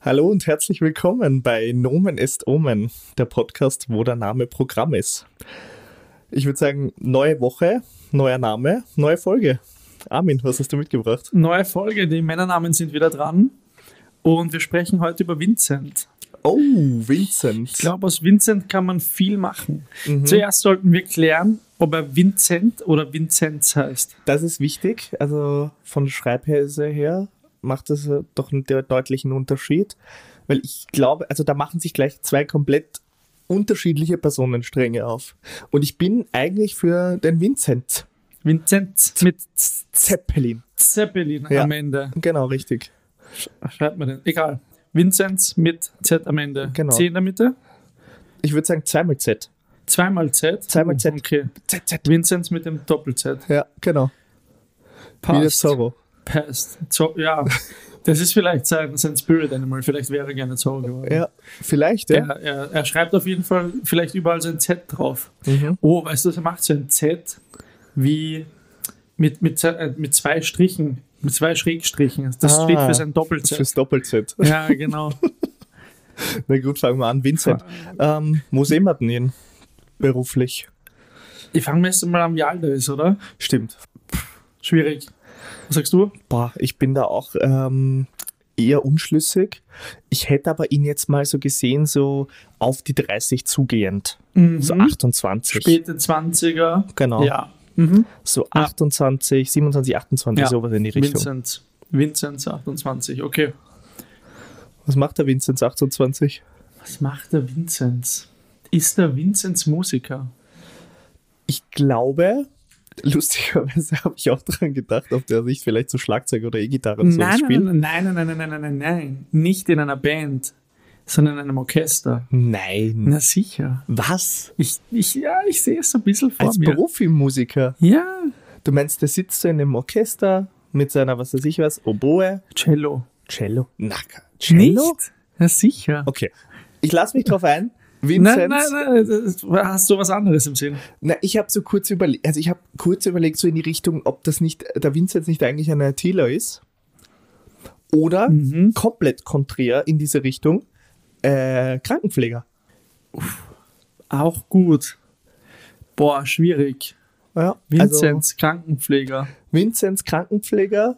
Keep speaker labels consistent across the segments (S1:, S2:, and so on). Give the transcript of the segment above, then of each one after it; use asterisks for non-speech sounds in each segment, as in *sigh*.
S1: Hallo und herzlich willkommen bei Nomen ist Omen, der Podcast, wo der Name Programm ist. Ich würde sagen, neue Woche, neuer Name, neue Folge. Armin, was hast du mitgebracht?
S2: Neue Folge, die Männernamen sind wieder dran. Und wir sprechen heute über Vincent.
S1: Oh, Vincent.
S2: Ich glaube, aus Vincent kann man viel machen.
S1: Mhm.
S2: Zuerst sollten wir klären, ob er Vincent oder Vinzenz heißt.
S1: Das ist wichtig. Also von der Schreibhäse her macht das äh, doch einen de- deutlichen Unterschied. Weil ich glaube, also da machen sich gleich zwei komplett unterschiedliche Personenstränge auf. Und ich bin eigentlich für den Vincent
S2: Vinzenz mit Z-
S1: Zeppelin.
S2: Zeppelin
S1: Ja.
S2: am Ende.
S1: Genau, richtig.
S2: Schreibt man den. Egal. Vinzenz mit Z am Ende.
S1: Genau.
S2: C in der Mitte.
S1: Ich würde sagen zweimal Z.
S2: Zweimal Z. Oh,
S1: Zweimal Z.
S2: Okay.
S1: Z, Z.
S2: Vinzenz mit dem Doppel-Z.
S1: Ja, genau. Wie der Zorro.
S2: Passt. Zo
S1: *laughs*
S2: ja. Das ist vielleicht sein, sein Spirit Animal. Vielleicht wäre er gerne Zorro geworden.
S1: Ja, vielleicht, ja.
S2: Er, er, er schreibt auf jeden Fall vielleicht überall sein Z drauf.
S1: Mhm.
S2: Oh, weißt du, was er macht? So ein Z wie mit, mit, Z- äh, mit zwei Strichen, mit zwei Schrägstrichen. Das
S1: Ah,
S2: steht für sein Doppel-Z.
S1: Fürs Doppel-Z.
S2: Ja, genau.
S1: Na gut, fangen wir an. Vincent, ähm, wo sehen wir denn ihn beruflich?
S2: Ich fange mir erst mal an, wie alt er ist, oder?
S1: Stimmt.
S2: Schwierig. Was sagst du?
S1: Boah, ich bin da auch ähm, eher unschlüssig. Ich hätte aber ihn jetzt mal so gesehen, so auf die 30 zugehend. So 28.
S2: Späte 20er.
S1: Genau.
S2: Mhm. Ja. Mhm.
S1: So 28, 27, 28,
S2: Ja.
S1: sowas in die Richtung.
S2: Vincent. Vincent 28, okay.
S1: Was macht der Vincent 28?
S2: Was macht der Vinzenz? Ist der Vinzenz Musiker?
S1: Ich glaube, lustigerweise *laughs* habe ich auch dran gedacht, ob der sich vielleicht so Schlagzeug oder E-Gitarre und sowas
S2: nein,
S1: spielt.
S2: nein, nein, nein, nein, nein, nein, nein, nein, nein. Nicht in einer Band, sondern in einem Orchester.
S1: Nein.
S2: Na sicher.
S1: Was?
S2: Ich, ich, ja, ich sehe es so ein bisschen vor
S1: Als
S2: mir.
S1: Profimusiker?
S2: Ja,
S1: Du meinst, der sitzt so in einem Orchester mit seiner, was weiß ich was, Oboe,
S2: Cello.
S1: Cello, Na, Cello?
S2: Nicht? Na sicher.
S1: Okay. Ich lasse mich drauf ein.
S2: Nein,
S1: Vincent.
S2: nein, nein, das- hast du was anderes im Sinn?
S1: Na, ich habe so kurz überlegt, also ich habe kurz überlegt, so in die Richtung, ob das nicht, äh, der Vincent nicht eigentlich ein Attila ist. Oder
S2: Mhm.
S1: komplett konträr in diese Richtung, äh, Krankenpfleger.
S2: Auch gut. Boah, schwierig.
S1: Ja, Also,
S2: Vinzenz, Krankenpfleger.
S1: Vinzenz Krankenpfleger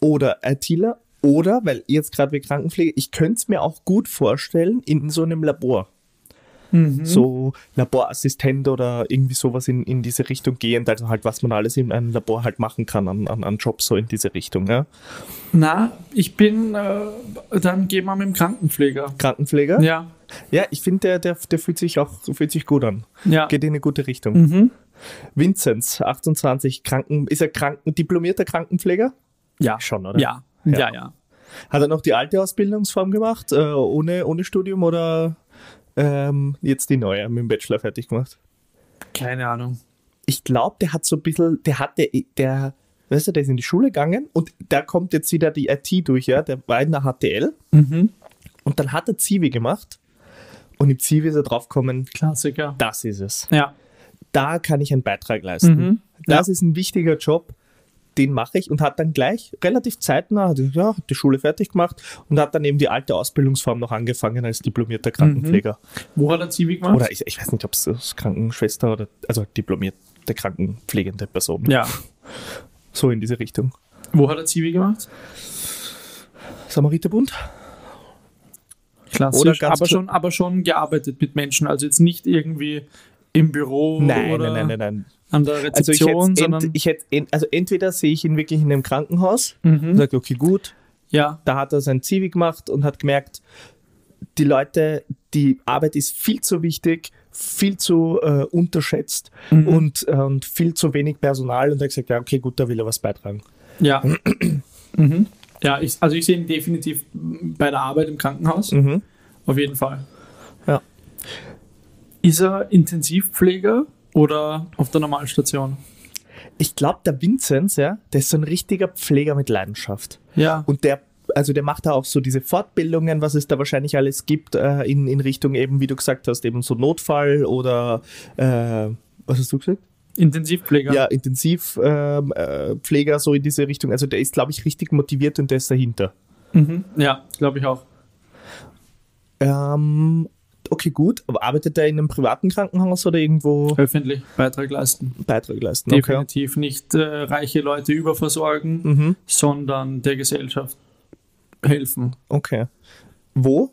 S1: oder Attila. Oder, weil jetzt gerade wir Krankenpflege, ich könnte es mir auch gut vorstellen in so einem Labor.
S2: Mhm.
S1: so Laborassistent oder irgendwie sowas in, in diese Richtung gehend, also halt, was man alles in einem Labor halt machen kann an, an, an Jobs so in diese Richtung. Ja?
S2: Na, ich bin, äh, dann gehen wir mit dem Krankenpfleger.
S1: Krankenpfleger? Ja,
S2: Ja,
S1: ich finde, der, der, der fühlt sich auch fühlt sich gut an.
S2: ja.
S1: Geht in eine gute Richtung.
S2: Mhm.
S1: Vinzenz, 28, Kranken, ist er Kranken, diplomierter Krankenpfleger?
S2: Ja.
S1: Schon, oder?
S2: Ja. ja, ja, ja.
S1: Hat er noch die alte Ausbildungsform gemacht, äh, ohne, ohne Studium oder ähm, jetzt die neue mit dem Bachelor fertig gemacht?
S2: Keine Ahnung.
S1: ich glaube, der hat so ein bisschen, der hat, der, der, weißt du, der ist in die Schule gegangen und da kommt jetzt wieder die IT durch, ja, der war in der HTL
S2: Mhm.
S1: und dann hat er Zivi gemacht und im Zivi ist er draufgekommen,
S2: Klassiker.
S1: das ist es.
S2: Ja.
S1: Da kann ich einen Beitrag leisten.
S2: Mhm.
S1: Das ist ein wichtiger Job, den mache ich und hat dann gleich relativ zeitnah, hat, ja, hat die Schule fertig gemacht und hat dann eben die alte Ausbildungsform noch angefangen als diplomierter Krankenpfleger.
S2: Wo hat er Zivi gemacht?
S1: Oder ich, ich weiß nicht, ob es Krankenschwester oder, also diplomierte Krankenpflegende Person.
S2: ja.
S1: So in diese Richtung.
S2: Wo hat er Zivi gemacht?
S1: Samariterbund?
S2: Klassisch,
S1: Oder ganz
S2: aber,
S1: klar-
S2: schon, aber schon gearbeitet mit Menschen. Also jetzt nicht irgendwie im Büro
S1: Nein,
S2: oder
S1: nein, nein, nein, nein.
S2: an der
S1: Also ich
S2: Rezeption,
S1: hätte, ent,
S2: sondern
S1: ich hätte ent, also entweder sehe ich ihn wirklich in einem Krankenhaus und
S2: mhm.
S1: sage, okay, gut,
S2: ja,
S1: da hat er sein Zivi gemacht und hat gemerkt, die Leute, die Arbeit ist viel zu wichtig, viel zu äh, unterschätzt
S2: Mhm.
S1: und, äh, und viel zu wenig Personal und er hat gesagt, ja, okay, gut, da will er was beitragen. *clears throat*
S2: ja. mhm. Ja, ich, also ich sehe ihn definitiv bei der Arbeit im Krankenhaus,
S1: Mhm.
S2: auf jeden Fall.
S1: Ja.
S2: Ist er Intensivpfleger oder auf der Normalstation?
S1: Ich glaube, der Vinzenz, ja, der ist so ein richtiger Pfleger mit Leidenschaft.
S2: Ja,
S1: Und der, also der macht da auch so diese Fortbildungen, was es da wahrscheinlich alles gibt, äh, in, in Richtung eben, wie du gesagt hast, eben so Notfall oder äh, was hast du gesagt?
S2: Intensivpfleger.
S1: Ja, Intensivpfleger, ähm, äh, Pfleger, so in diese Richtung. Also der ist, glaube ich, richtig motiviert und der ist dahinter.
S2: mhm. ja glaube ich auch.
S1: Ähm, okay, gut. Aber arbeitet er in einem privaten Krankenhaus oder irgendwo
S2: Öffentlich Beitrag leisten.
S1: Beitrag leisten? Okay.
S2: Definitiv nicht äh, reiche Leute überversorgen,
S1: Mhm,
S2: sondern der Gesellschaft helfen.
S1: okay. Wo?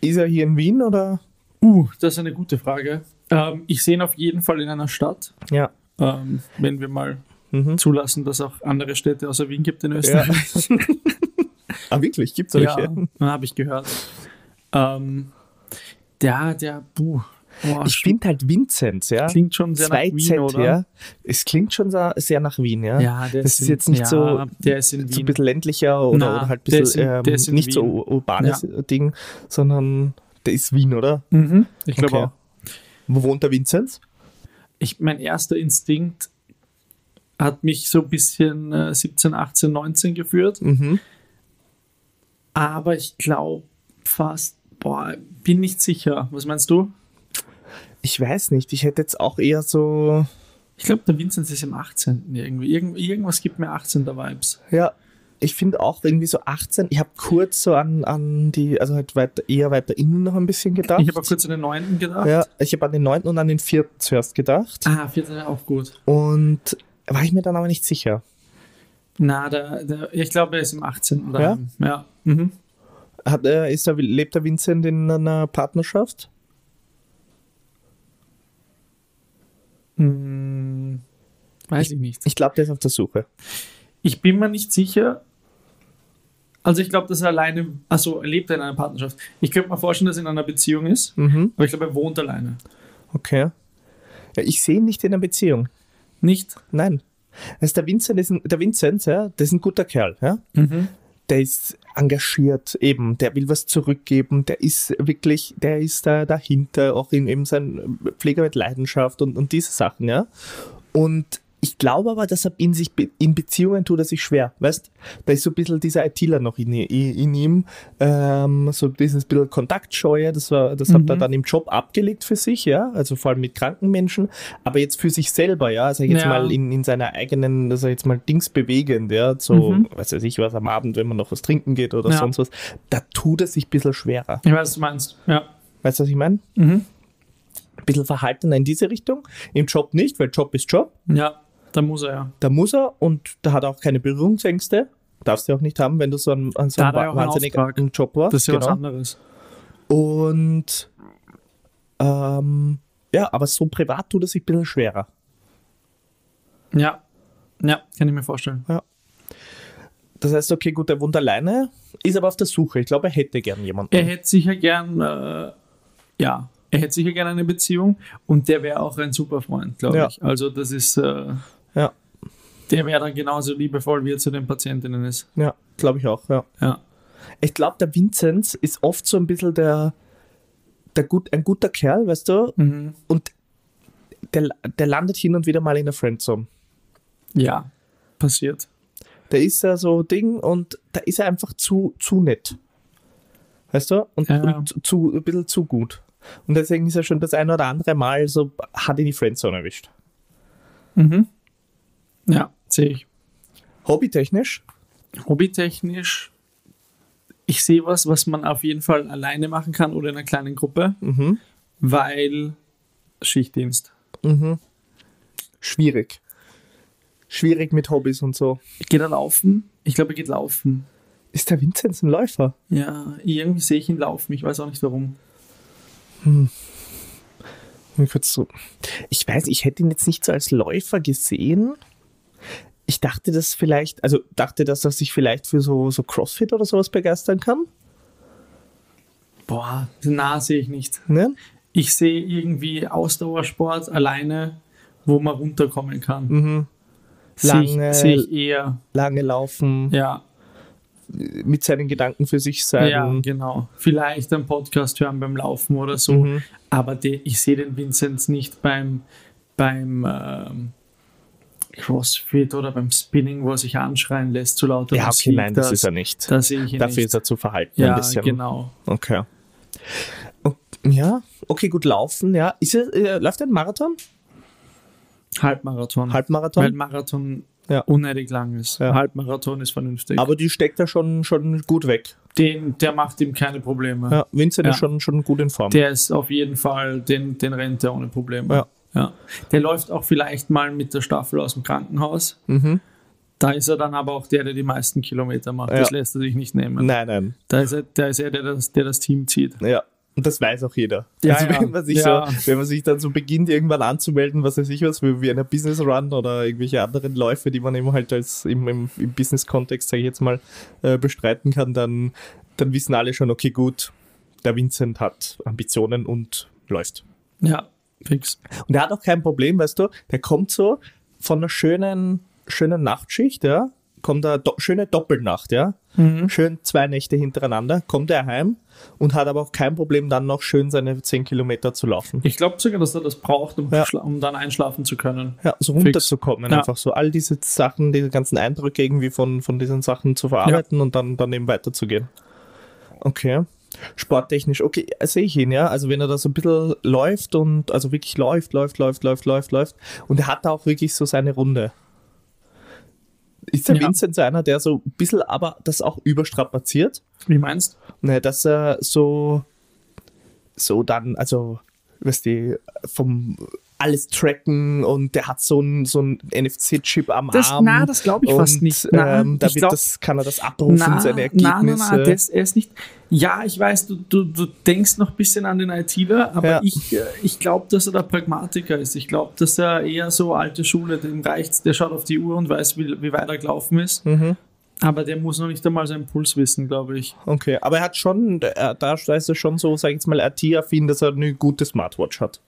S1: Ist er hier in Wien oder?
S2: Uh, das ist eine gute Frage. Ähm, ich sehe ihn auf jeden Fall in einer Stadt,
S1: Ja.
S2: ähm, wenn wir mal
S1: Mhm.
S2: zulassen, dass es auch andere Städte außer Wien gibt in
S1: ja.
S2: *laughs* Österreich.
S1: *laughs* ah, wirklich? Gibt's
S2: Ja,
S1: solche?
S2: habe ich gehört. Ähm, der, der, buh. Boah,
S1: Ich finde halt Vinzenz, ja.
S2: klingt schon sehr
S1: Zwei
S2: nach Wien,
S1: Z,
S2: oder?
S1: ja. Es klingt schon sa- sehr nach Wien, ja.
S2: Ja, der
S1: Das ist jetzt nicht so-
S2: Der ist in
S1: so ein
S2: Wien.
S1: bisschen ländlicher oder,
S2: Na,
S1: oder halt ein
S2: der
S1: bisschen
S2: ist in-
S1: ähm,
S2: der ist in
S1: nicht so
S2: Wien.
S1: ur- urbanes Ding, sondern der ist Wien, oder?
S2: mhm, ich glaube
S1: Okay.
S2: auch.
S1: Wo wohnt der Vinzenz?
S2: Ich, mein erster Instinkt hat mich so ein bisschen äh, 17, 18, 19 geführt.
S1: Mhm.
S2: Aber ich glaube fast, boah, bin nicht sicher. Was meinst du?
S1: Ich weiß nicht, ich hätte jetzt auch eher so,
S2: Ich glaube, der Vinzenz ist im 18. irgendwie. Irgend, irgendwas gibt mir 18er Vibes.
S1: ja, ich finde auch irgendwie so 18, ich habe kurz so an, an die, also halt weiter, eher weiter innen noch ein bisschen gedacht.
S2: Ich habe auch kurz an den 9. gedacht.
S1: ja, ich habe an den 9. und an den 4. zuerst gedacht
S2: Ah, 14 wäre auch gut.
S1: und war ich mir dann aber nicht sicher.
S2: Na, der, der, ich glaube, er ist im 18.
S1: Ja?
S2: daheim. ja. Mhm.
S1: Hat, er- ist er, lebt der Vincent in einer Partnerschaft?
S2: Hm, weiß ich nicht.
S1: Ich glaube, der ist auf der Suche.
S2: Ich bin mir nicht sicher. Also ich glaube, dass er alleine, also er lebt in einer Partnerschaft. Ich könnte mir vorstellen, dass er in einer Beziehung ist,
S1: Mhm.
S2: aber ich glaube, er wohnt alleine.
S1: Okay. Ja, ich sehe ihn nicht in einer Beziehung.
S2: Nicht?
S1: Nein. Also der Vincent ist ein, der Vincent, ja, der ist ein guter Kerl, ja.
S2: Mhm.
S1: Der ist engagiert eben, der will was zurückgeben, der ist wirklich, der ist da dahinter, auch in eben sein äh, Pfleger mit Leidenschaft und, und diese Sachen, ja. Und ich glaube aber, dass er in sich in Beziehungen tut er sich schwer, weißt? Da ist so ein bisschen dieser ITler noch in, i- in ihm, ähm, so dieses bisschen Kontaktscheue, das war, das hat
S2: Mhm.
S1: er dann im Job abgelegt für sich, ja, also vor allem mit kranken Menschen, aber jetzt für sich selber, ja, sag ich jetzt
S2: Ja.
S1: mal in, in seiner eigenen, sag ich jetzt mal Dings bewegend, ja, so,
S2: Mhm.
S1: weiß weiß ich was, am Abend, wenn man noch was trinken geht oder
S2: Ja.
S1: sonst was, da tut er sich ein bisschen schwerer.
S2: Ich weiß, was du meinst. Ja.
S1: Weißt du, was ich meine?
S2: Mhm.
S1: Ein bisschen verhaltener in diese Richtung, im Job nicht, weil Job ist Job,
S2: Ja, da muss er ja.
S1: da muss er und da hat er auch keine Berührungsängste. Darfst du auch nicht haben, wenn du so an, an so
S2: Da
S1: einem
S2: hat er auch
S1: wa-
S2: einen Auftrag.
S1: wahnsinnigen Job warst.
S2: Das ist ja was
S1: genau.
S2: anderes.
S1: Und ähm, ja, aber so privat tut er sich ein bisschen schwerer.
S2: Ja. Ja, kann ich mir vorstellen.
S1: Das heißt, okay, gut, er wohnt alleine, ist aber auf der Suche. Ich glaube, er hätte gern jemanden.
S2: Er hätte sicher gern, äh, ja, er hätte sicher gern eine Beziehung und der wäre auch ein super Freund, glaube
S1: Ja.
S2: ich. Also das ist, äh,
S1: Ja.
S2: der wäre dann genauso liebevoll, wie er zu den Patientinnen ist.
S1: Ja, glaube ich auch, ja.
S2: Ja.
S1: Ich glaube, der Vinzenz ist oft so ein bisschen der, der gut, ein guter Kerl, weißt du,
S2: Mhm.
S1: und der, der landet hin und wieder mal in der Friendzone.
S2: Ja, passiert.
S1: Der ist da so Ding und da ist er einfach zu, zu nett. Weißt du? Und,
S2: Ja.
S1: und zu- zu, ein bisschen zu gut. Und deswegen ist er schon das ein oder andere Mal so hart in die Friendzone erwischt.
S2: Mhm. Ja, sehe ich.
S1: Hobbytechnisch?
S2: Hobbytechnisch, ich sehe was, was man auf jeden Fall alleine machen kann oder in einer kleinen Gruppe,
S1: Mhm.
S2: weil Schichtdienst.
S1: Mhm. Schwierig. Schwierig mit Hobbys und so.
S2: Geht er laufen? Ich glaube, er geht laufen.
S1: Ist der Vinzenz ein Läufer?
S2: Ja, irgendwie sehe ich ihn laufen. Ich weiß auch nicht warum.
S1: Mal kurz so. Ich weiß, ich hätte ihn jetzt nicht so als Läufer gesehen. Ich dachte, dass vielleicht, also dachte, dass er sich vielleicht für so, so Crossfit oder sowas begeistern kann.
S2: Boah, na, Also sehe ich nicht.
S1: Ne?
S2: Ich sehe irgendwie Ausdauersport alleine, wo man runterkommen kann.
S1: Mhm.
S2: Sehe
S1: Lange-
S2: ich, sehe ich eher.
S1: Lange laufen,
S2: Ja,
S1: mit seinen Gedanken für sich sein.
S2: ja, genau. Vielleicht einen Podcast hören beim Laufen oder so.
S1: Mhm.
S2: Aber de, ich sehe den Vinzenz nicht beim, beim ähm, Crossfit oder beim Spinning, wo er sich anschreien lässt zu lauter
S1: ja, okay,
S2: Musik.
S1: nein, das, ist er nicht.
S2: Da sehe ich ihn
S1: Dafür
S2: nicht.
S1: ist er zu verhalten
S2: ja,
S1: ein bisschen.
S2: genau.
S1: Okay. O- Ja, okay, gut laufen, ja. Ist er, äh, läuft er einen Marathon?
S2: Halbmarathon.
S1: Halbmarathon?
S2: Weil Marathon
S1: Ja.
S2: unnötig lang ist.
S1: Ja.
S2: Ein Halbmarathon ist vernünftig.
S1: Aber die steckt er schon, schon gut weg.
S2: den, der macht ihm keine Probleme.
S1: Ja, Vincent
S2: Ja.
S1: ist schon, schon gut in Form.
S2: Der ist auf jeden Fall, den, den rennt er ohne Probleme.
S1: Ja.
S2: Ja. Der läuft auch vielleicht mal mit der Staffel aus dem Krankenhaus.
S1: mhm.
S2: Da ist er dann aber auch der, der die meisten Kilometer macht.
S1: Ja.
S2: Das lässt er sich nicht nehmen.
S1: Nein, nein.
S2: Da ist er, da ist er der, das, der das Team zieht.
S1: Ja. Und das weiß auch jeder.
S2: Ja,
S1: also
S2: ja.
S1: Wenn, man sich
S2: Ja.
S1: so, wenn man sich dann so beginnt, irgendwann anzumelden, was weiß ich was, wie, wie einer Business Run oder irgendwelche anderen Läufe, die man eben halt als im, im, im Business-Kontext, sage ich jetzt mal, äh, bestreiten kann, dann, dann wissen alle schon, okay, gut, der Vincent hat Ambitionen und läuft.
S2: Ja, fix.
S1: Und er hat auch kein Problem, weißt du, der kommt so von einer schönen, schönen Nachtschicht, ja, kommt da do schöne Doppelnacht, ja, schön zwei Nächte hintereinander, kommt er heim und hat aber auch kein Problem, dann noch schön seine 10 Kilometer zu laufen.
S2: Ich glaube sogar, dass er das braucht, um,
S1: Ja.
S2: schla- um dann einschlafen zu können.
S1: Ja, so runterzukommen,
S2: Ja.
S1: einfach so all diese Sachen, diese ganzen Eindrücke irgendwie von, von diesen Sachen zu verarbeiten und dann, dann eben weiterzugehen. Okay. Sporttechnisch, okay, sehe ich ihn, ja. Also wenn er da so ein bisschen läuft und also wirklich läuft, läuft, läuft, läuft, läuft, läuft. Und er hat da auch wirklich so seine Runde. Ist der
S2: Ja.
S1: Vincent so einer, der so ein bisschen aber das auch überstrapaziert?
S2: Wie meinst
S1: Ne, dass er so, so dann, also, weißt du, vom alles tracken und der hat so einen so ein NFC-Chip am
S2: Das-
S1: Arm.
S2: na, das glaub ich
S1: und,
S2: fast nicht. Na,
S1: ähm,
S2: ich
S1: damit
S2: glaub-
S1: das, kann er das abrufen, seine Ergebnisse.
S2: Na, na, na, das, er ist nicht. Ja, ich weiß, du, du, du denkst noch ein bisschen an den ITler, aber
S1: Ja.
S2: ich, äh, ich glaube, dass er der Pragmatiker ist. Ich glaube, dass er eher so alte Schule, dem reicht der schaut auf die Uhr und weiß, wie, wie weit er gelaufen ist.
S1: mhm.
S2: Aber der muss noch nicht einmal seinen Puls wissen, glaube ich.
S1: Okay, aber er hat schon, er, da ist er schon so, sag ich jetzt mal, IT-affin, dass er eine gute Smartwatch hat.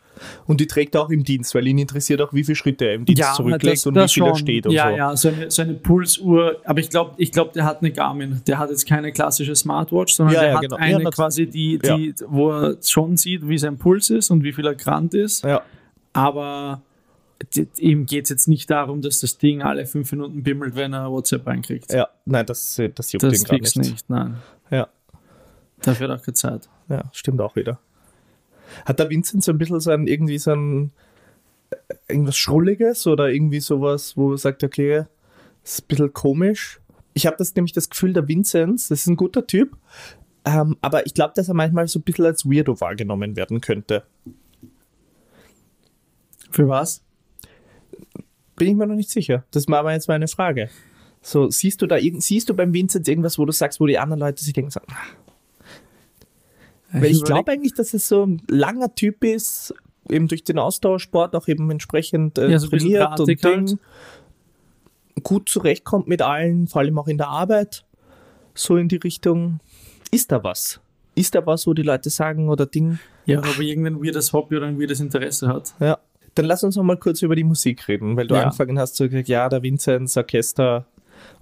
S1: Und die trägt er auch im Dienst, weil ihn interessiert auch, wie viele Schritte er im Dienst zurücklegt und wie viel er steht und
S2: ja,
S1: so.
S2: ja, so eine, so eine Pulsuhr. Aber ich glaube, ich glaub, der hat eine Garmin. Der hat jetzt keine klassische Smartwatch, sondern
S1: Ja,
S2: der
S1: ja,
S2: hat
S1: genau. Ja,
S2: eine
S1: natürlich.
S2: quasi, die, die, wo er schon sieht, wie sein Puls ist und wie viel er krank ist.
S1: Ja,
S2: Aber d- ihm geht es jetzt nicht darum, dass das Ding alle fünf Minuten bimmelt, wenn er WhatsApp reinkriegt.
S1: ja, nein, das, äh, das juckt
S2: das
S1: ihn gar
S2: kriegst
S1: nicht.
S2: nicht. nein.
S1: Ja.
S2: Dafür hat er auch keine Zeit.
S1: Ja, stimmt auch wieder. Hat der Vincent so ein bisschen so ein, irgendwie so ein, äh, irgendwas Schrulliges oder irgendwie sowas, wo er sagt, okay, ist ein bisschen komisch. Ich habe das nämlich das Gefühl, der Vinzenz, das ist ein guter Typ, ähm, aber ich glaube, dass er manchmal so ein bisschen als Weirdo wahrgenommen werden könnte.
S2: Für was?
S1: Bin ich mir noch nicht sicher. Das war aber jetzt meine Frage. So, siehst du da irgend, siehst du beim Vinzenz irgendwas, wo du sagst, wo die anderen Leute sich denken, so, Weil ich glaube eigentlich, dass es so ein langer Typ ist, eben durch den Ausdauersport auch eben entsprechend äh,
S2: Ja, so ein bisschen
S1: trainiert und
S2: drahtig halt.
S1: Ding, gut zurechtkommt mit allen, vor allem auch in der Arbeit, so in die Richtung. Ist da was? Ist da was, wo die Leute sagen oder Ding?
S2: Ja, ob er irgendein weirdes Hobby oder ein weirdes Interesse hat.
S1: Ja. Dann lass uns noch mal kurz über die Musik reden, weil du
S2: Ja.
S1: angefangen hast zu gesagt, ja, der Vinzenz, Orchester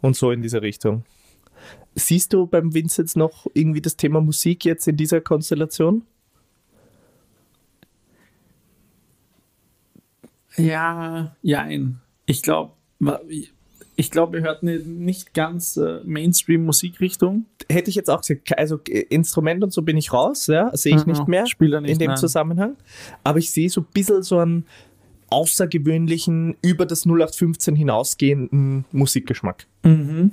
S1: und so in diese Richtung. Siehst du beim Vinzenz noch irgendwie das Thema Musik jetzt in dieser Konstellation?
S2: Ja, jein. Ich glaube, ich glaube, er hört eine nicht ganz äh, Mainstream-Musikrichtung.
S1: hätte ich jetzt auch gesagt, ke- also äh, Instrument und so bin ich raus, ja, sehe ich
S2: Mhm.
S1: nicht mehr
S2: Spieler nicht,
S1: in dem
S2: nein.
S1: Zusammenhang. Aber ich sehe so ein bisschen so einen außergewöhnlichen, über das 0815 hinausgehenden Musikgeschmack.
S2: Mhm.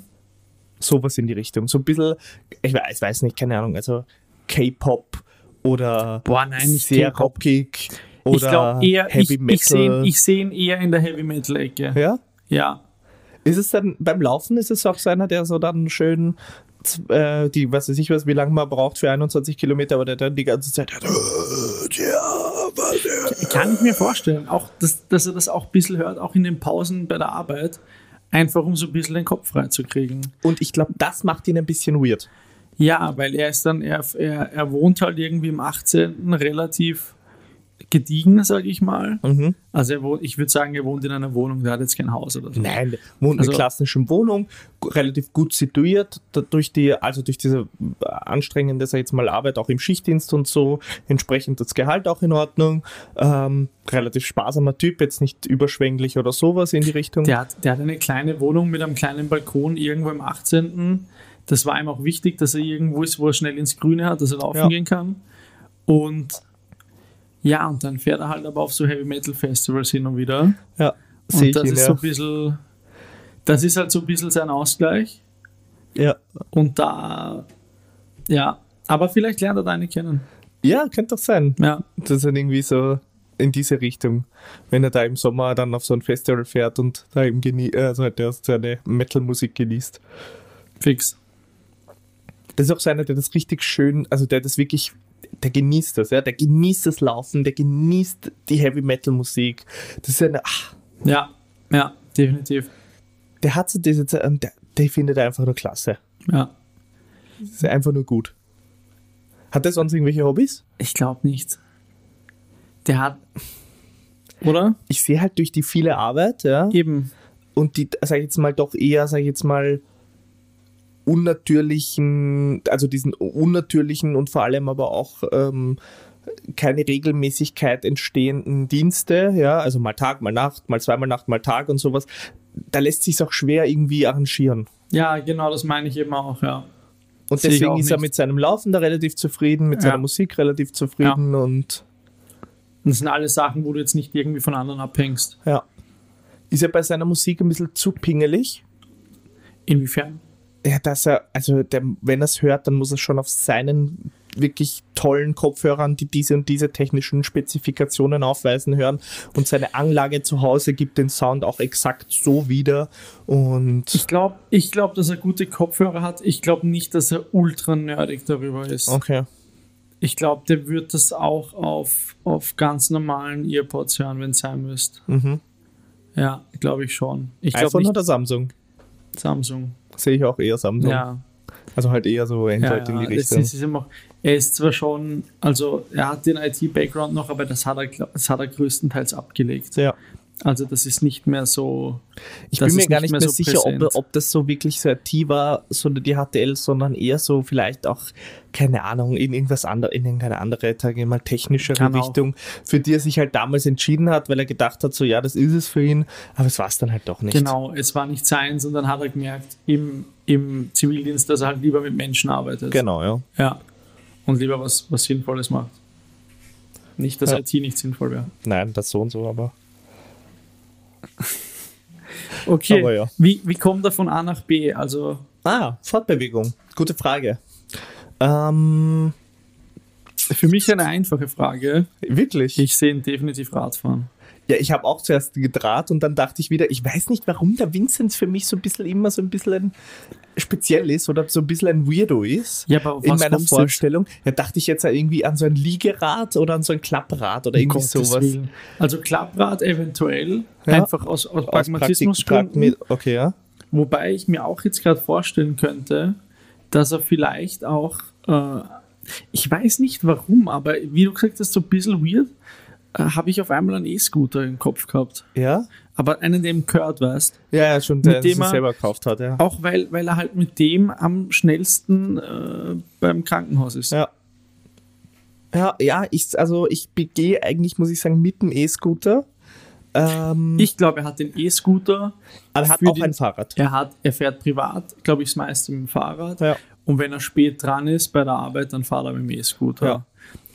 S1: Sowas in die Richtung. So ein bisschen, ich weiß, ich weiß nicht, keine Ahnung, also K-Pop oder
S2: Boah, nein, nicht
S1: sehr
S2: K-Pop.
S1: rockig oder
S2: Ich glaube eher,
S1: Heavy
S2: ich,
S1: Metal.
S2: ich sehe ihn, ich seh ihn eher in der Heavy Metal-Ecke.
S1: ja?
S2: ja.
S1: Ist es dann beim Laufen, ist es auch so einer, der so dann schön, z- äh, die, was weiß ich was, wie lange man braucht für 21 Kilometer, aber der dann die ganze Zeit. Ja, was, ja.
S2: Kann ich mir vorstellen. Auch, dass, dass er das auch ein bisschen hört, auch in den Pausen bei der Arbeit. Einfach um so ein bisschen den Kopf freizukriegen.
S1: Und ich glaube, das macht ihn ein bisschen weird.
S2: Ja, weil er ist dann, er, er, er wohnt halt irgendwie im 18. relativ gediegen, sage ich mal. Also er wohnt, ich würde sagen, er wohnt in einer Wohnung, der hat jetzt kein Haus oder so.
S1: Nein, wohnt in
S2: Also-
S1: einer klassischen Wohnung, gu- relativ gut situiert, da- durch die, also durch diese äh, anstrengende, sag ich jetzt mal, Arbeit auch im Schichtdienst und so, entsprechend das Gehalt auch in Ordnung, ähm, relativ sparsamer Typ, jetzt nicht überschwänglich oder sowas in die Richtung.
S2: Der hat, der hat eine kleine Wohnung mit einem kleinen Balkon irgendwo im 18. Das war ihm auch wichtig, dass er irgendwo ist, wo er schnell ins Grüne hat, dass er laufen
S1: Ja.
S2: gehen kann. Und ja, und dann fährt er halt aber auf so Heavy Metal Festivals hin und wieder.
S1: ja,
S2: Und
S1: seh
S2: das
S1: ihn,
S2: ist
S1: ja.
S2: so ein bisschen. das ist halt so ein bisschen sein Ausgleich.
S1: Ja.
S2: Und da, ja, aber vielleicht lernt er deine kennen.
S1: Ja, könnte doch sein.
S2: Ja,
S1: Das ist dann irgendwie so in diese Richtung, wenn er da im Sommer dann auf so ein Festival fährt und da eben genie also halt erst seine Metal-Musik genießt.
S2: fix.
S1: Das ist auch so einer, der das richtig schön, also der das wirklich, der genießt das, ja, der genießt das Laufen, der genießt die Heavy-Metal-Musik. Das ist eine, ach,
S2: Ja, ja, definitiv.
S1: der hat so diese, Ze- ähm, der, der findet er einfach nur klasse.
S2: Ja,
S1: Das ist einfach nur gut. Hat er sonst irgendwelche Hobbys?
S2: ich glaube nicht. Der hat, oder?
S1: Ich sehe halt durch die viele Arbeit, ja,
S2: Eben.
S1: und die, sag ich jetzt mal, doch eher, sag ich jetzt mal, unnatürlichen, also diesen unnatürlichen und vor allem aber auch ähm, keine Regelmäßigkeit entstehenden Dienste, ja, also mal Tag, mal Nacht, mal zweimal Nacht, mal Tag und sowas, da lässt sich auch schwer irgendwie arrangieren.
S2: Ja, genau, das meine ich eben auch, ja.
S1: Und
S2: Sehe ich
S1: deswegen
S2: auch
S1: ist er
S2: nicht.
S1: mit seinem Laufen da relativ zufrieden, mit
S2: Ja.
S1: seiner Musik relativ zufrieden und
S2: Und Das sind alles Sachen, wo du jetzt nicht irgendwie von anderen abhängst.
S1: ja. Ist er bei seiner Musik ein bisschen zu pingelig?
S2: Inwiefern?
S1: Ja, dass er, also der, wenn er es hört, dann muss er schon auf seinen wirklich tollen Kopfhörern, die diese und diese technischen Spezifikationen aufweisen, hören. Und seine Anlage zu Hause gibt den Sound auch exakt so wieder. Und
S2: Ich glaube, ich glaub, dass er gute Kopfhörer hat. Ich glaube nicht, dass er ultra nerdig darüber ist.
S1: okay.
S2: Ich glaube, der wird das auch auf, auf ganz normalen Earpods hören, wenn es sein müsste.
S1: Mhm.
S2: Ja, glaube ich schon. Ich glaube
S1: iPhone
S2: nicht
S1: oder Samsung?
S2: Samsung.
S1: Sehe ich auch eher Samsung.
S2: Ja,
S1: Also halt eher so
S2: ja,
S1: Android
S2: ja.
S1: in die
S2: Es
S1: Richtung.
S2: ist, ist immer, er ist zwar schon, also er hat den IT-Background noch, aber das hat, er, glaub- das hat er größtenteils abgelegt.
S1: Ja.
S2: Also das ist nicht mehr so.
S1: Ich
S2: das
S1: bin mir
S2: ist
S1: gar nicht mehr,
S2: so
S1: sicher, ob,
S2: präsent.
S1: ob das so wirklich so IT war, sondern die HTL, sondern eher so vielleicht auch, keine Ahnung, in irgendwas anderes, in irgendeine andere, sage ich mal, technischere
S2: Kann auch.
S1: Richtung, für die er sich halt damals entschieden hat, weil er gedacht hat, so ja, das ist es für ihn, aber es war es dann halt doch nicht.
S2: Genau, es war nicht seins und dann hat er gemerkt im, im Zivildienst, dass er halt lieber mit Menschen arbeitet.
S1: Genau, ja.
S2: Ja. Und lieber was, was Sinnvolles macht. Nicht, dass
S1: Ja.
S2: IT nicht sinnvoll wäre.
S1: Nein, das so und so, aber.
S2: Okay.
S1: Aber ja.
S2: Wie, wie kommt er von A nach B? Also,
S1: Ah, Fortbewegung. Gute Frage. Ähm,
S2: für mich eine einfache Frage.
S1: wirklich?
S2: Ich sehe ihn definitiv Radfahren.
S1: Ja, ich habe auch zuerst gedraht und dann dachte ich wieder, ich weiß nicht, warum der Vinzenz für mich so ein bisschen immer so ein bisschen speziell ist oder so ein bisschen ein Weirdo ist.
S2: Ja, aber auf
S1: in
S2: was
S1: meiner
S2: kommst du jetzt?
S1: Vorstellung. Ja, dachte ich jetzt irgendwie an so ein Liegerad oder an so ein Klapprad oder irgendwie
S2: Um Gottes
S1: sowas.
S2: Willen. Also Klapprad eventuell,
S1: Ja.
S2: einfach aus, aus Pragmatismusgründen.
S1: Pragmi- Okay, ja.
S2: Wobei ich mir auch jetzt gerade vorstellen könnte, dass er vielleicht auch, äh, ich weiß nicht warum, aber wie du gesagt hast, so ein bisschen weird, äh, habe ich auf einmal einen E-Scooter im Kopf gehabt.
S1: Ja,
S2: Aber einen, der ihm gehört, weißt
S1: ja, ja schon,
S2: Mit
S1: der
S2: dem
S1: sich
S2: er-
S1: selber gekauft hat, ja.
S2: Auch weil, weil er halt mit dem am schnellsten äh, beim Krankenhaus ist.
S1: Ja. Ja, ja, ich, also ich begehe eigentlich, muss ich sagen, mit dem E-Scooter. Ähm,
S2: Ich glaube, er hat den E-Scooter,
S1: aber er hat
S2: für
S1: auch
S2: den-
S1: ein Fahrrad.
S2: er, hat, er fährt privat, glaube ich, das meiste mit dem Fahrrad.
S1: Ja.
S2: Und wenn er spät dran ist bei der Arbeit, dann fährt er mit dem E-Scooter.
S1: Ja.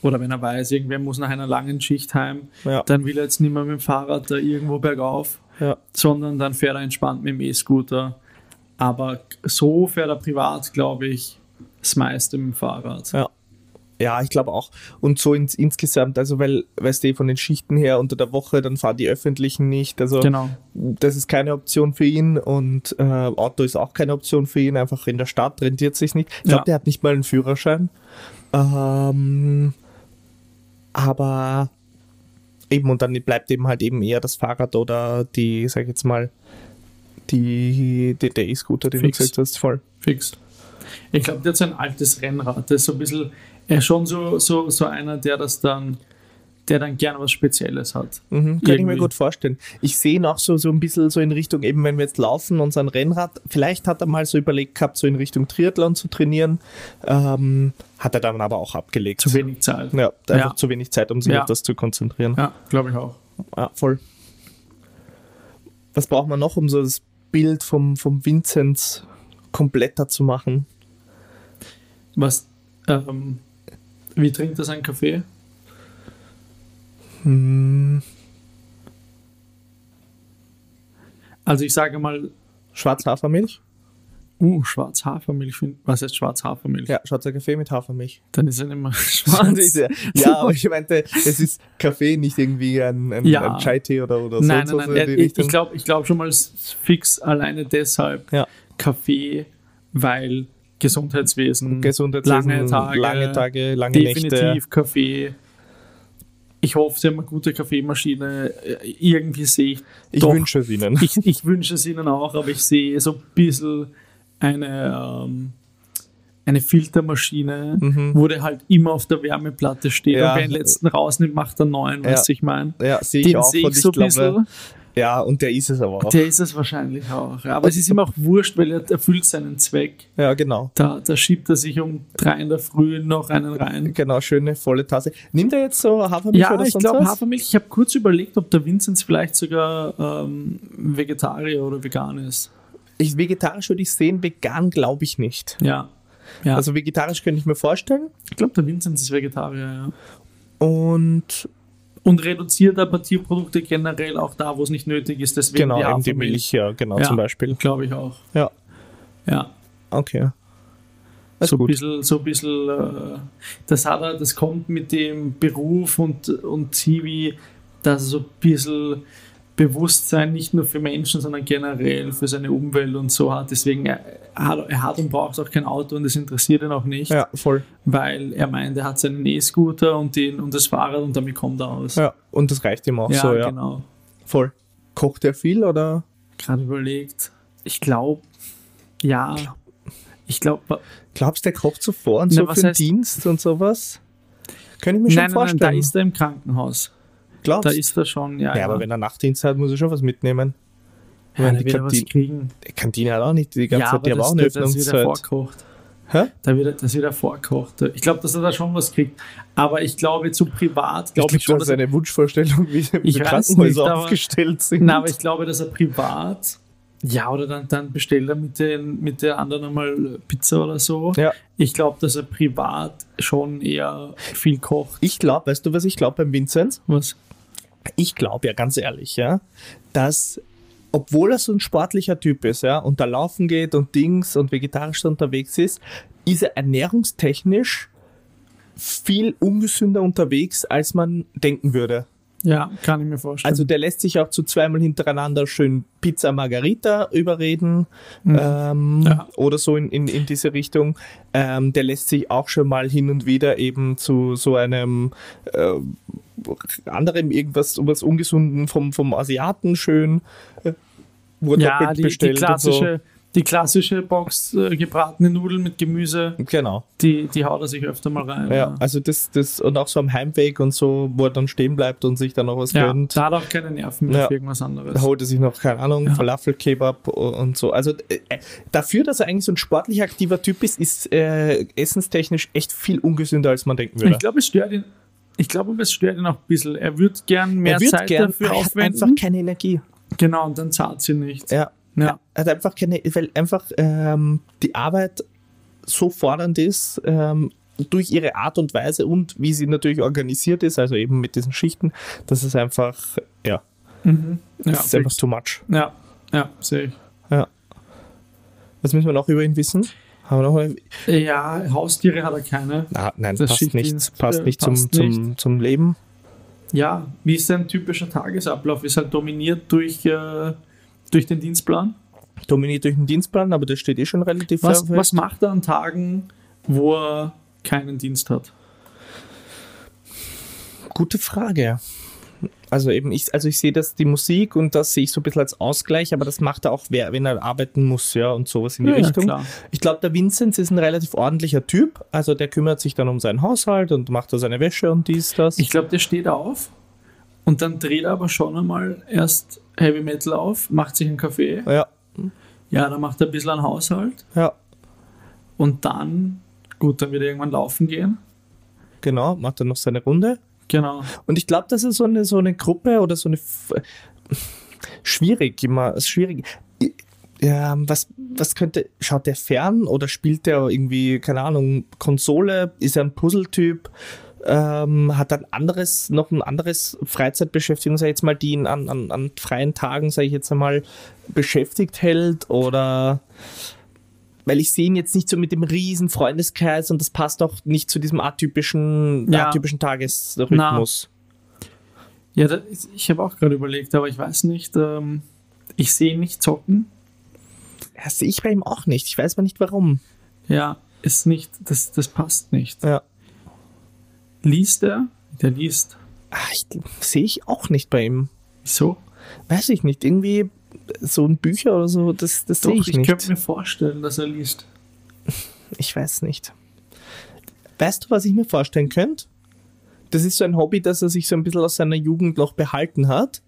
S2: Oder wenn er weiß, irgendwer muss nach einer langen Schicht heim,
S1: Ja.
S2: dann will er jetzt nicht mehr mit dem Fahrrad da irgendwo bergauf,
S1: Ja.
S2: sondern dann fährt er entspannt mit dem E-Scooter. Aber so fährt er privat, glaube ich, das meiste mit dem Fahrrad.
S1: Ja. Ja, ich glaube auch. Und so ins, insgesamt, also weil, weißt du, von den Schichten her unter der Woche, dann fahren die Öffentlichen nicht. Also
S2: Genau.
S1: das ist keine Option für ihn und äh, Auto ist auch keine Option für ihn. Einfach in der Stadt rentiert sich nicht. Ich glaube,
S2: Ja.
S1: der hat nicht mal einen Führerschein. Ähm, aber eben, und dann bleibt eben halt eben eher das Fahrrad oder die, sag ich jetzt mal, die, die, der E-Scooter, den
S2: Fix.
S1: du gesagt hast, voll.
S2: Fix. Ich glaube, der hat so ein altes Rennrad. Der ist so ein bisschen, er ist schon so, so, so einer, der das dann, der dann gerne was Spezielles hat.
S1: Mhm, kann ich mir
S2: Irgendwie.
S1: gut vorstellen. Ich sehe ihn auch so, so ein bisschen so in Richtung, eben wenn wir jetzt laufen und sein Rennrad, vielleicht hat er mal so überlegt gehabt, so in Richtung Triathlon zu trainieren, ähm, hat er dann aber auch abgelegt.
S2: Zu wenig Zeit.
S1: ja, einfach
S2: Ja.
S1: zu wenig Zeit, um sich
S2: Ja.
S1: auf das zu konzentrieren.
S2: Ja, glaube ich auch.
S1: Ja, voll. Was braucht man noch, um so das Bild vom, vom Vinzenz kompletter zu machen?
S2: Was, ähm, wie trinkt er seinen Kaffee?
S1: Hm,
S2: Also ich sage mal,
S1: Schwarzhafermilch?
S2: Uh, Schwarzhafermilch. find- Was heißt Schwarzhafermilch?
S1: Ja, schwarzer Kaffee mit Hafermilch.
S2: Dann ist er
S1: *laughs*
S2: nicht mehr schwarz.
S1: Und ist ja-
S2: *laughs*
S1: ja, aber ich meinte, es ist Kaffee, nicht irgendwie ein, ein,
S2: Ja.
S1: ein Chai-Tee oder, oder so.
S2: nein,
S1: so
S2: nein,
S1: so
S2: nein.
S1: in die
S2: er- Ich,
S1: Richtung.
S2: ich glaube ich glaub schon mal s- fix alleine deshalb
S1: Ja.
S2: Kaffee, weil Gesundheitswesen,
S1: Gesundheitswesen,
S2: lange Tage,
S1: lange, Tage, lange Nächte.
S2: definitiv Kaffee. Ich hoffe, sie haben eine gute Kaffeemaschine. Äh, Irgendwie sehe ich
S1: Ich
S2: doch
S1: wünsche es Ihnen.
S2: *laughs* ich, ich wünsche es ihnen auch, aber ich sehe so ein bisschen eine, ähm, eine Filtermaschine, wo der halt immer auf der Wärmeplatte steht
S1: Mhm. Ja.
S2: und wer den letzten rausnimmt, macht den neuen,
S1: Ja.
S2: weißt du, ich meine.
S1: Ja, sehe ich
S2: Den
S1: auch.
S2: sehe
S1: und
S2: ich so ein bisschen.
S1: ja, und der ist es aber auch.
S2: Der ist es wahrscheinlich auch. ja. Aber es ist ihm auch wurscht, weil er erfüllt seinen Zweck.
S1: Ja, genau.
S2: Da, da schiebt er sich um drei in der Früh noch einen rein.
S1: Genau, schöne volle Tasse. Nimmt er jetzt so Hafermilch
S2: Ja,
S1: oder
S2: ich
S1: sonst
S2: glaube
S1: was?
S2: Hafermilch. Ich habe kurz überlegt, ob der Vinzenz vielleicht sogar ähm, Vegetarier oder vegan ist.
S1: Ich, vegetarisch würde ich sehen, vegan glaube ich nicht.
S2: Ja. ja.
S1: Also vegetarisch könnte ich mir vorstellen.
S2: Ich glaube, der Vinzenz ist Vegetarier, ja.
S1: Und
S2: Und reduziert aber Tierprodukte generell auch da, wo es nicht nötig ist. Deswegen
S1: genau, eben die
S2: Hafermilch.
S1: Milch, ja, genau,
S2: ja,
S1: zum Beispiel.
S2: Glaube ich auch.
S1: Ja,
S2: Ja.
S1: okay. Ist
S2: so ein
S1: gut.
S2: bisschen, so ein bisschen, äh, das hat er, das kommt mit dem Beruf und, und TV, dass er so ein bisschen Bewusstsein nicht nur für Menschen, sondern generell für seine Umwelt und so hat. Deswegen, er, er hat- er hat und braucht auch kein Auto und das interessiert ihn auch nicht,
S1: Ja, voll.
S2: weil er meint, er hat seinen E-Scooter und, den- und das Fahrrad und damit kommt er aus.
S1: Ja, und das reicht ihm auch
S2: Ja,
S1: so, ja.
S2: genau.
S1: Voll. Kocht er viel oder?
S2: gerade überlegt. Ich glaube, ja. Ich glaube,
S1: Glaubst du, der kocht so vor und
S2: Na,
S1: so
S2: Ne, was
S1: für den
S2: heißt-
S1: Dienst und sowas? Könnte ich mir schon
S2: nein, nein, nein,
S1: vorstellen.
S2: da ist er im Krankenhaus.
S1: Glaubst
S2: Da ist er schon, ja.
S1: Ja, aber wenn er Nachtdienst hat, muss er schon was mitnehmen.
S2: ja,
S1: wenn
S2: da
S1: die
S2: wird er was
S1: Kantine-
S2: kriegen.
S1: Die Kantine hat auch nicht die ganze
S2: ja,
S1: Zeit, die haben
S2: das,
S1: auch halt. eine
S2: das, das wird er
S1: Öffnungszeit.
S2: vorkocht.
S1: Hä?
S2: Da wird er, das wird er vorkocht. Ich glaube, dass er da schon was kriegt. Aber ich glaube, zu privat,
S1: Ich
S2: glaube
S1: glaube,
S2: ich, schon,
S1: das
S2: dass
S1: ist
S2: er,
S1: eine Wunschvorstellung, wie wie
S2: Ich
S1: die
S2: weiß
S1: Krankenhäuser
S2: nicht, aber-
S1: aufgestellt sind.
S2: na, aber ich glaube, dass er privat, ja, oder dann, dann bestellt er mit, den, mit der anderen einmal Pizza oder so.
S1: ja.
S2: Ich glaube, dass er privat schon eher viel kocht.
S1: Ich glaube, weißt du, was ich glaube beim Vinzenz?
S2: Was?
S1: Ich glaube ja ganz ehrlich, ja, dass obwohl er so ein sportlicher Typ ist, ja, und da laufen geht und Dings und vegetarisch da unterwegs ist, ist er ernährungstechnisch viel ungesünder unterwegs, als man denken würde.
S2: Ja, kann ich mir vorstellen.
S1: Also der lässt sich auch zu zweimal hintereinander schön Pizza Margarita überreden ähm,
S2: Mhm. Ja.
S1: oder so in, in, in diese Richtung. Ähm, der lässt sich auch schon mal hin und wieder eben zu so einem äh, anderem irgendwas was Ungesunden vom, vom Asiaten schön äh, wurde
S2: ja,
S1: auch
S2: die, die
S1: bestellt
S2: klassische, die klassische Box äh, gebratene Nudeln mit Gemüse,
S1: und so. Genau.
S2: die, die haut er sich öfter mal rein.
S1: Ja, also das, das und auch so am Heimweg und so, wo er dann stehen bleibt und sich dann noch was
S2: ja
S1: gönnt.
S2: da hat er auch keine Nerven mehr
S1: Ja.
S2: für irgendwas anderes.
S1: Da holte sich noch, keine Ahnung, Falafel-Kebab und so. Also äh, äh, dafür, dass er eigentlich so ein sportlich aktiver Typ ist, ist äh, essenstechnisch echt viel ungesünder, als man denken würde.
S2: Ich glaube, es stört ihn. Ich glaube, aber es stört ihn auch ein bisschen. Er würde gern mehr
S1: er wird
S2: Zeit
S1: gern,
S2: dafür
S1: aber er hat einfach
S2: aufwenden.
S1: keine Energie.
S2: Genau, und dann zahlt sie nicht.
S1: Ja.
S2: Ja.
S1: Er hat einfach keine, weil einfach ähm, die Arbeit so fordernd ist, ähm, durch ihre Art und Weise und wie sie natürlich organisiert ist, also eben mit diesen Schichten, das ist einfach, ja,
S2: Ja,
S1: das ist einfach too much.
S2: ja, ja sehe
S1: Ja. Was müssen wir noch über ihn wissen? Haben wir noch mal
S2: ich. Ja, Haustiere hat er keine.
S1: Na, nein,
S2: Das
S1: passt
S2: Schichtdienst,
S1: nicht, passt
S2: äh,
S1: nicht,
S2: passt
S1: zum, Zum, zum Leben.
S2: Ja, wie ist sein typischer Tagesablauf? Ist halt dominiert durch, äh, durch den Dienstplan?
S1: Dominiert durch den Dienstplan, aber das steht eh schon relativ
S2: Was,
S1: fair-
S2: was macht er an Tagen, wo er keinen Dienst hat?
S1: Gute Frage. Also eben, ich, also ich sehe das, die Musik und das sehe ich so ein bisschen als Ausgleich, aber das macht er auch, wer, wenn er arbeiten muss, ja, und sowas in die
S2: Ja, ja,
S1: Richtung.
S2: klar.
S1: ich glaube, der Vinzenz ist ein relativ ordentlicher Typ, also der kümmert sich dann um seinen Haushalt und macht da seine Wäsche und dies, das.
S2: Ich glaube, der steht auf und dann dreht er aber schon einmal erst Heavy Metal auf, macht sich einen Kaffee.
S1: ja,
S2: Ja, dann macht er ein bisschen einen Haushalt
S1: ja,
S2: und dann, gut, dann wird er irgendwann laufen gehen.
S1: genau, macht dann noch seine Runde.
S2: Genau.
S1: Und ich glaube, das ist so eine, so eine Gruppe oder so eine. F schwierig immer. ist Schwierig. I- Ja, was, was könnte. Schaut der fern oder spielt der irgendwie, keine Ahnung, Konsole? Ist er ein Puzzletyp? ähm, hat dann anderes, noch ein anderes Freizeitbeschäftigung, sag ich jetzt mal, die ihn an, an, an freien Tagen, sage ich jetzt einmal, beschäftigt hält oder weil ich sehe ihn jetzt nicht so mit dem riesen Freundeskreis und das passt auch nicht zu diesem atypischen,
S2: Ja.
S1: atypischen Tagesrhythmus.
S2: Ja, das, ist- ich habe auch gerade überlegt, aber ich weiß nicht. Ähm, ich sehe ihn nicht zocken.
S1: Das sehe ich bei ihm auch nicht. Ich weiß mal nicht warum.
S2: Ja, ist nicht, das, das passt nicht.
S1: Ja.
S2: Liest er? Der liest.
S1: Ah, ich, sehe ich auch nicht bei ihm.
S2: Wieso?
S1: Weiß ich nicht. Irgendwie äh, so ein Bücher oder so, das, das
S2: Doch,
S1: sehe ich,
S2: ich,
S1: nicht.
S2: könnte mir vorstellen, dass er liest.
S1: Ich weiß nicht. Weißt du, was ich mir vorstellen könnte? Das ist so ein Hobby, das er sich so ein bisschen aus seiner Jugend noch behalten hat.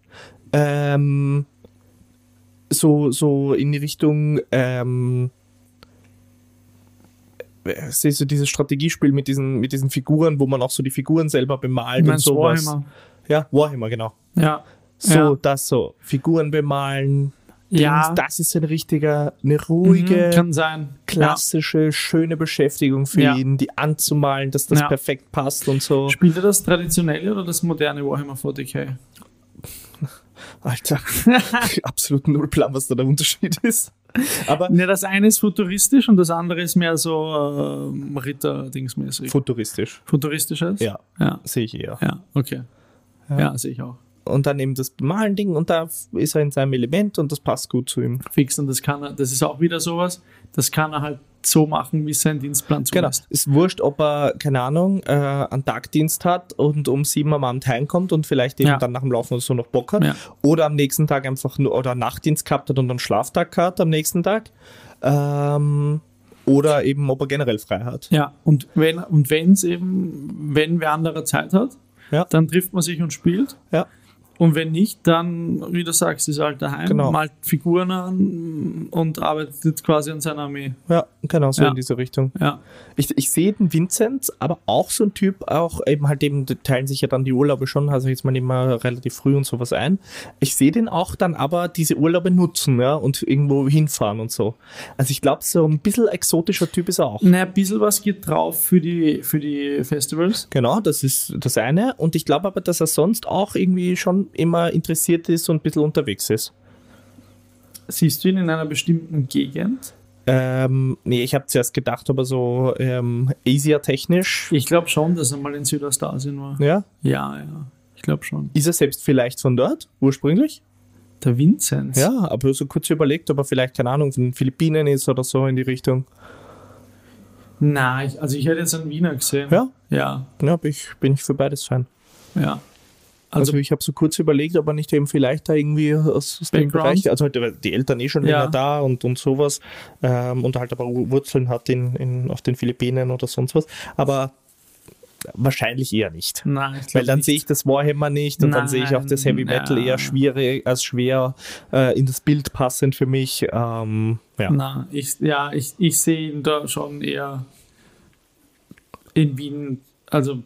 S1: Ähm, so, so in die Richtung, ähm, äh, siehst du dieses Strategiespiel mit diesen, mit diesen Figuren, wo man auch so die Figuren selber bemalt und
S2: meinst
S1: sowas.
S2: Warhammer?
S1: Ja, Warhammer, genau.
S2: Ja.
S1: So,
S2: Ja.
S1: das so. Figuren bemalen.
S2: Ja,
S1: Dings, das ist ein richtiger, eine ruhige,
S2: mhm, kann sein.
S1: klassische, schöne Beschäftigung für
S2: Ja.
S1: ihn, die anzumalen, dass das
S2: Ja.
S1: perfekt passt und so.
S2: Ja. Spielt er das traditionelle oder das moderne Warhammer 40k? *laughs*
S1: Alter, *laughs* absolut null Plan, was da der Unterschied ist. Aber
S2: Ne, das eine ist futuristisch und das andere ist mehr so ähm, Ritter-Dingsmäßig.
S1: futuristisch.
S2: Futuristisches?
S1: Ja,
S2: Ja,
S1: sehe ich eher.
S2: ja okay.
S1: Ja.
S2: Ja, sehe ich auch.
S1: Und dann eben das Bemalen-Ding und da ist er in seinem Element und das passt gut zu ihm.
S2: Fix und das kann er, das ist auch wieder sowas, das kann er halt so machen, wie sein Dienstplan
S1: Genau.
S2: zulässt.
S1: Ist wurscht, ob er, keine Ahnung, äh, einen Tagdienst hat und um sieben am Abend heimkommt und vielleicht eben
S2: Ja.
S1: dann nach dem Laufen oder so noch Bock hat.
S2: Ja.
S1: Oder am nächsten Tag einfach nur, oder Nachtdienst gehabt hat und dann Schlaftag hat am nächsten Tag. Ähm, oder eben, ob er generell frei hat.
S2: Ja, und wenn und wenn's eben, wenn wer andere Zeit hat,
S1: Ja.
S2: dann trifft man sich und spielt.
S1: Ja.
S2: Und wenn nicht, dann, wie du sagst, ist er halt daheim,
S1: Genau.
S2: malt Figuren an und arbeitet quasi an seiner Armee.
S1: Ja, genau so
S2: Ja.
S1: in diese Richtung.
S2: Ja,
S1: Ich, ich sehe den Vinzenz, aber auch so ein Typ, auch eben halt eben, die teilen sich ja dann die Urlaube schon, also jetzt mal immer relativ früh und sowas ein. Ich sehe den auch dann aber diese Urlaube nutzen, ja, und irgendwo hinfahren und so. Also ich glaube, so ein bisschen exotischer Typ ist er auch.
S2: Na, ein bisschen was geht drauf für die, für die Festivals.
S1: Genau, das ist das eine. Und ich glaube aber, dass er sonst auch irgendwie schon immer interessiert ist und ein bisschen unterwegs ist.
S2: Siehst du ihn in einer bestimmten Gegend?
S1: Ähm, nee, ich habe zuerst gedacht, aber so ähm, Asia-technisch.
S2: Ich glaube schon, dass er mal in Südostasien war.
S1: Ja.
S2: Ja, ja. Ich glaube schon.
S1: Ist er selbst vielleicht von dort ursprünglich?
S2: Der Vinzenz.
S1: Ja, aber so kurz überlegt, ob er vielleicht, keine Ahnung, von den Philippinen ist oder so in die Richtung.
S2: Na, ich, also ich hätte jetzt einen Wiener gesehen.
S1: Ja,
S2: Ja,
S1: ja bin, ich, bin ich für beides Fan.
S2: ja.
S1: Also,
S2: Also-
S1: ich habe so kurz überlegt, ob er nicht eben vielleicht da irgendwie aus, aus dem
S2: Background?
S1: Bereich, also halt, weil die Eltern eh schon
S2: Ja.
S1: länger da und, und sowas ähm, und halt aber Ur- Wurzeln hat in, in, auf den Philippinen oder sonst was, aber wahrscheinlich eher nicht.
S2: Nein, Hm. ich glaub
S1: Weil dann
S2: nicht.
S1: sehe ich das Warhammer nicht und dann sehe ich auch das Heavy
S2: Nein,
S1: Metal
S2: na.
S1: eher schwierig, als schwer äh, in das Bild passend für mich. Ähm, ja.
S2: Na, ich, ja, ich, ich sehe ihn da schon eher in Wien, also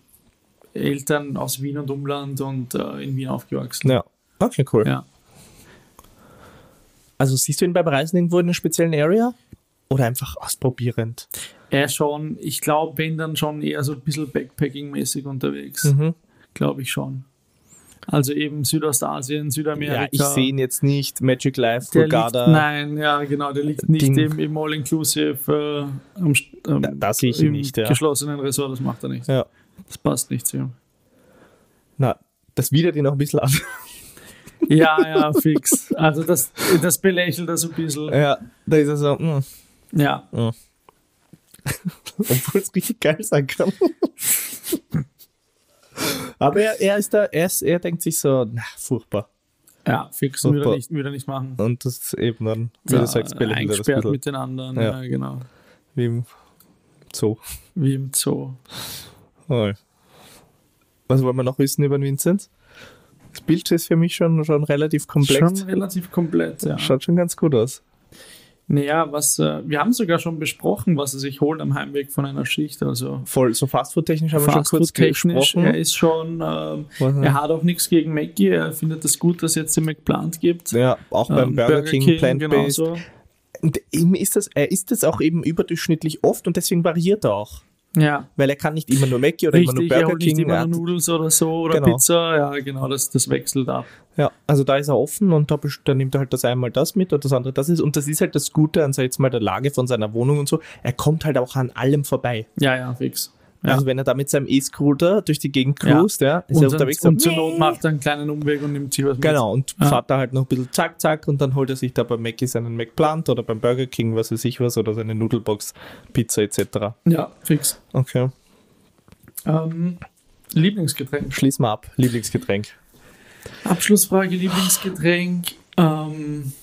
S2: Eltern aus Wien und Umland und äh, in Wien aufgewachsen.
S1: ja. Okay, cool.
S2: Ja.
S1: Also siehst du ihn beim Reisen irgendwo in einer speziellen Area? Oder einfach ausprobierend?
S2: Er schon, ich glaube, wenn dann schon eher so ein bisschen Backpacking-mäßig unterwegs,
S1: Mhm.
S2: glaube ich schon. Also eben Südostasien, Südamerika.
S1: Ja, ich sehe ihn jetzt nicht. Magic Life,
S2: der liegt,
S1: Hurghada,
S2: Nein, ja, genau, der liegt nicht
S1: Ding.
S2: im, im All-Inclusive äh, am St- ähm,
S1: da sehe ich ihn
S2: im
S1: nicht. Ja.
S2: geschlossenen Resort, das macht er nicht.
S1: Ja.
S2: Das passt nicht zu ihm.
S1: Na, das widert ihn auch ein bisschen ab.
S2: Ja, ja, fix. Also das, das belächelt er so ein
S1: *laughs*
S2: bisschen.
S1: ja, da ist er so, mm,
S2: Ja,
S1: obwohl es richtig geil sein kann. *laughs* Aber er, er ist da, er, ist, er denkt sich so, na, furchtbar.
S2: ja, fix. Und wieder
S1: Super.
S2: nicht, wieder nicht machen.
S1: Und das ist eben dann, wie du
S2: Ja,
S1: sagst, behindert das
S2: eingesperrt
S1: bisschen.
S2: mit den anderen.
S1: Ja.
S2: Ja. genau.
S1: Wie im Zoo.
S2: Wie im Zoo.
S1: Voll. Was wollen wir noch wissen über den Vinzenz? Das Bild ist für mich schon, schon relativ komplex.
S2: Schon relativ komplett, ja.
S1: Schaut schon ganz gut aus.
S2: Naja, was, äh, wir haben sogar schon besprochen, was er sich holt am Heimweg von einer Schicht. Also
S1: Voll, so Fastfood-technisch haben wir schon kurz
S2: Fastfood-technisch,
S1: gesprochen.
S2: er ist schon, ähm,
S1: Was-
S2: er hat auch nichts gegen Mackie, er findet es gut, dass es jetzt den McPlant gibt.
S1: ja, auch beim
S2: Ähm, genau
S1: Burger, King, Plant-Based.
S2: genauso.
S1: Und ihm ist das, er ist das auch eben überdurchschnittlich oft und deswegen variiert er auch.
S2: Ja.
S1: Weil er kann nicht immer nur Mackey oder immer nur
S2: Richtig, er
S1: Burger
S2: holt nicht
S1: King.
S2: immer
S1: ja,
S2: nur Nudels oder so oder
S1: Genau.
S2: Pizza. Ja, genau, das, das wechselt ab.
S1: ja, also da ist er offen und da, best- da nimmt er halt das einmal das mit und das andere das ist. Und das ist halt das Gute an, sag ich jetzt mal, der Lage von seiner Wohnung und so. Er kommt halt auch an allem vorbei.
S2: Ja, ja, fix. Ja.
S1: Also wenn er da mit seinem E-Scooter durch die Gegend cruist, ja, ist
S2: und,
S1: er
S2: dann-
S1: unterwegs.
S2: und
S1: so,
S2: zur Not macht er einen kleinen Umweg und nimmt sich was mit.
S1: Genau, und
S2: Ja.
S1: fährt da halt noch ein bisschen zack, zack und dann holt er sich da bei Mackey seinen McPlant oder beim Burger King, was weiß ich was, oder seine Nudelbox, Pizza etc.
S2: Ja, fix.
S1: Okay,
S2: Ähm, Lieblingsgetränk.
S1: schließ mal ab. Lieblingsgetränk.
S2: Abschlussfrage, Lieblingsgetränk. Ähm,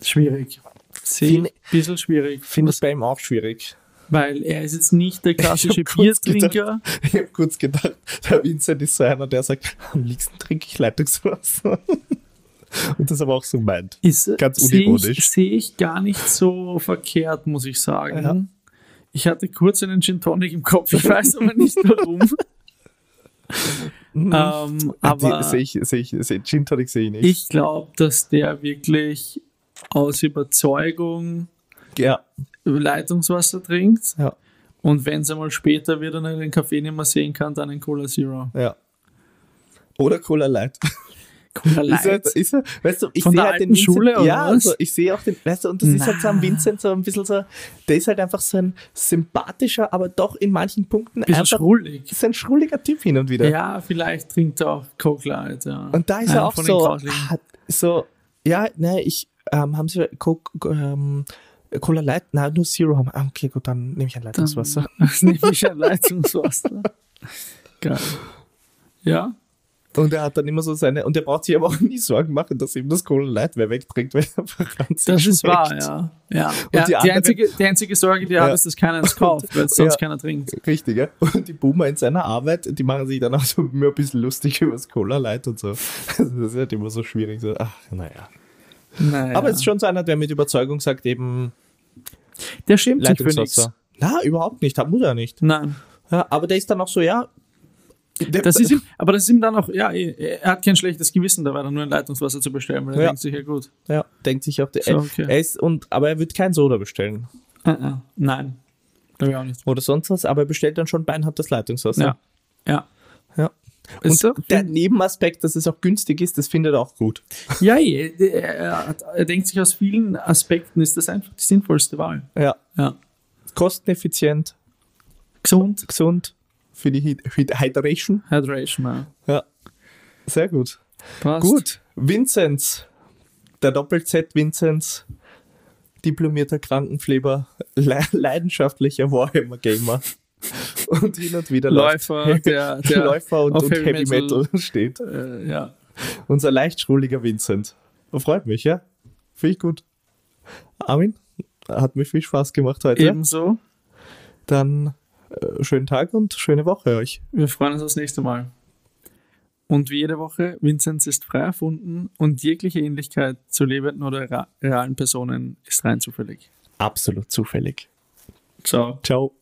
S2: schwierig. Sehe
S1: Find-
S2: ein bisschen schwierig.
S1: Finde ich bei ihm auch schwierig. *laughs*
S2: Weil er ist jetzt nicht der klassische
S1: hab kurz
S2: Biertrinker.
S1: Ich habe kurz gedacht, der Vincent ist so einer, der sagt, am liebsten trinke ich Leitungswasser. *laughs* Und das aber auch so meint.
S2: Ist,
S1: Ganz
S2: sehe ich,
S1: unironisch.
S2: sehe ich gar nicht so verkehrt, muss ich sagen.
S1: Ja.
S2: Ich hatte kurz einen Gin Tonic im Kopf, ich weiß
S1: *laughs*
S2: aber nicht warum. ähm, aber
S1: Mhm. Die- Sehe ich, sehe ich, sehe Gin Tonic sehe ich nicht.
S2: ich glaube, dass der wirklich aus Überzeugung
S1: ja,
S2: Leitungswasser trinkt.
S1: ja,
S2: Und wenn es einmal später wird und er den Kaffee nicht mehr sehen kann, dann ein Cola Zero.
S1: ja. Oder Cola Light.
S2: Cola
S1: Ist er,
S2: Light.
S1: ist er, weißt du, ich
S2: Von
S1: sehe
S2: der
S1: halt den
S2: alten Schule
S1: Vincent,
S2: oder
S1: ja,
S2: was?
S1: also ich sehe auch den, weißt du, und das ist halt so am
S2: Na.
S1: Vincent so ein bisschen so, der ist halt einfach so ein sympathischer, aber doch in manchen Punkten
S2: Bisschen
S1: einfach
S2: schrullig.
S1: ist ein schrulliger Typ hin und wieder.
S2: Ja, vielleicht trinkt er auch Coke Light. Ja.
S1: Und da ist
S2: Einer
S1: er auch
S2: von den
S1: so,
S2: Grauslichen.
S1: *laughs* ah, so, ja, ne, ich, ähm, haben Sie Coke, ähm, Cola Light? Nein, nur Zero haben. Ah, okay, gut, dann nehme ich ein
S2: Dann-
S1: Leitungswasser.
S2: *laughs* Das nehme ich ein Leitungswasser. Geil. Ja,
S1: Und er hat dann immer so seine, und er braucht sich aber auch nie Sorgen machen, dass ihm das Cola Light wer wegtrinkt, weil er einfach ganz
S2: das ist
S1: schmeckt.
S2: wahr, ja. ja. ja
S1: die
S2: die,
S1: anderen-
S2: einzige, die einzige Sorge, die er hat,
S1: Ja.
S2: ist, dass keiner es kauft,
S1: *laughs*
S2: weil sonst
S1: Ja.
S2: keiner trinkt.
S1: Richtig, ja. Und die Boomer in seiner Arbeit, die machen sich dann auch so immer ein bisschen lustig über das Cola Light und so. *laughs* Also das ist halt immer so schwierig. So, ach, naja.
S2: Naja.
S1: Aber es ist schon so einer, der mit Überzeugung sagt, eben
S2: der schämt sich für nichts.
S1: Leitungswasser. Na, überhaupt nicht, hat muss er nicht.
S2: Nein.
S1: Ja, aber der ist dann auch so, ja. Der,
S2: Das ist ihm, aber das ist ihm dann auch, ja, eh, er hat kein schlechtes Gewissen dabei, dann nur ein Leitungswasser zu bestellen, weil er
S1: Ja.
S2: denkt sich ja gut.
S1: *laughs* ja, denkt sich auch der.
S2: So, okay.
S1: er ist und, aber er wird kein Soda bestellen
S2: Äh, äh, nein, glaube ich auch nicht.
S1: oder sonst was, aber er bestellt dann schon beinhard das Leitungswasser.
S2: Ja, ja.
S1: Ja.
S2: Ist so?
S1: Und der Nebenaspekt, dass es auch günstig ist, das findet er auch gut.
S2: Ja, eh, er, er, hat- er denkt sich aus vielen Aspekten, ist das einfach die sinnvollste Wahl.
S1: Ja,
S2: Ja.
S1: kosteneffizient,
S2: Gesund,
S1: gesund für die Hyd- Hyd- Hydration.
S2: Hydration, ja.
S1: Ja, sehr gut.
S2: Passt.
S1: Gut, Vinzenz, der Doppel-Z-Vinzenz, diplomierter Krankenpfleger, le leidenschaftlicher Warhammer-Gamer und hin und wieder
S2: Läufer,
S1: läuft-
S2: der, der
S1: Läufer und,
S2: auf
S1: und Heavy Metal, steht.
S2: Äh, ja.
S1: Unser leicht schrulliger Vincent. Freut mich, ja? Finde ich gut. Armin, hat mir viel Spaß gemacht heute.
S2: Ebenso.
S1: Dann äh, schönen Tag und schöne Woche euch.
S2: Wir freuen uns aufs nächste Mal. Und wie jede Woche, Vinzenz ist frei erfunden und jegliche Ähnlichkeit zu lebenden oder ra- realen Personen ist rein zufällig.
S1: Absolut zufällig.
S2: Ciao.
S1: Ciao.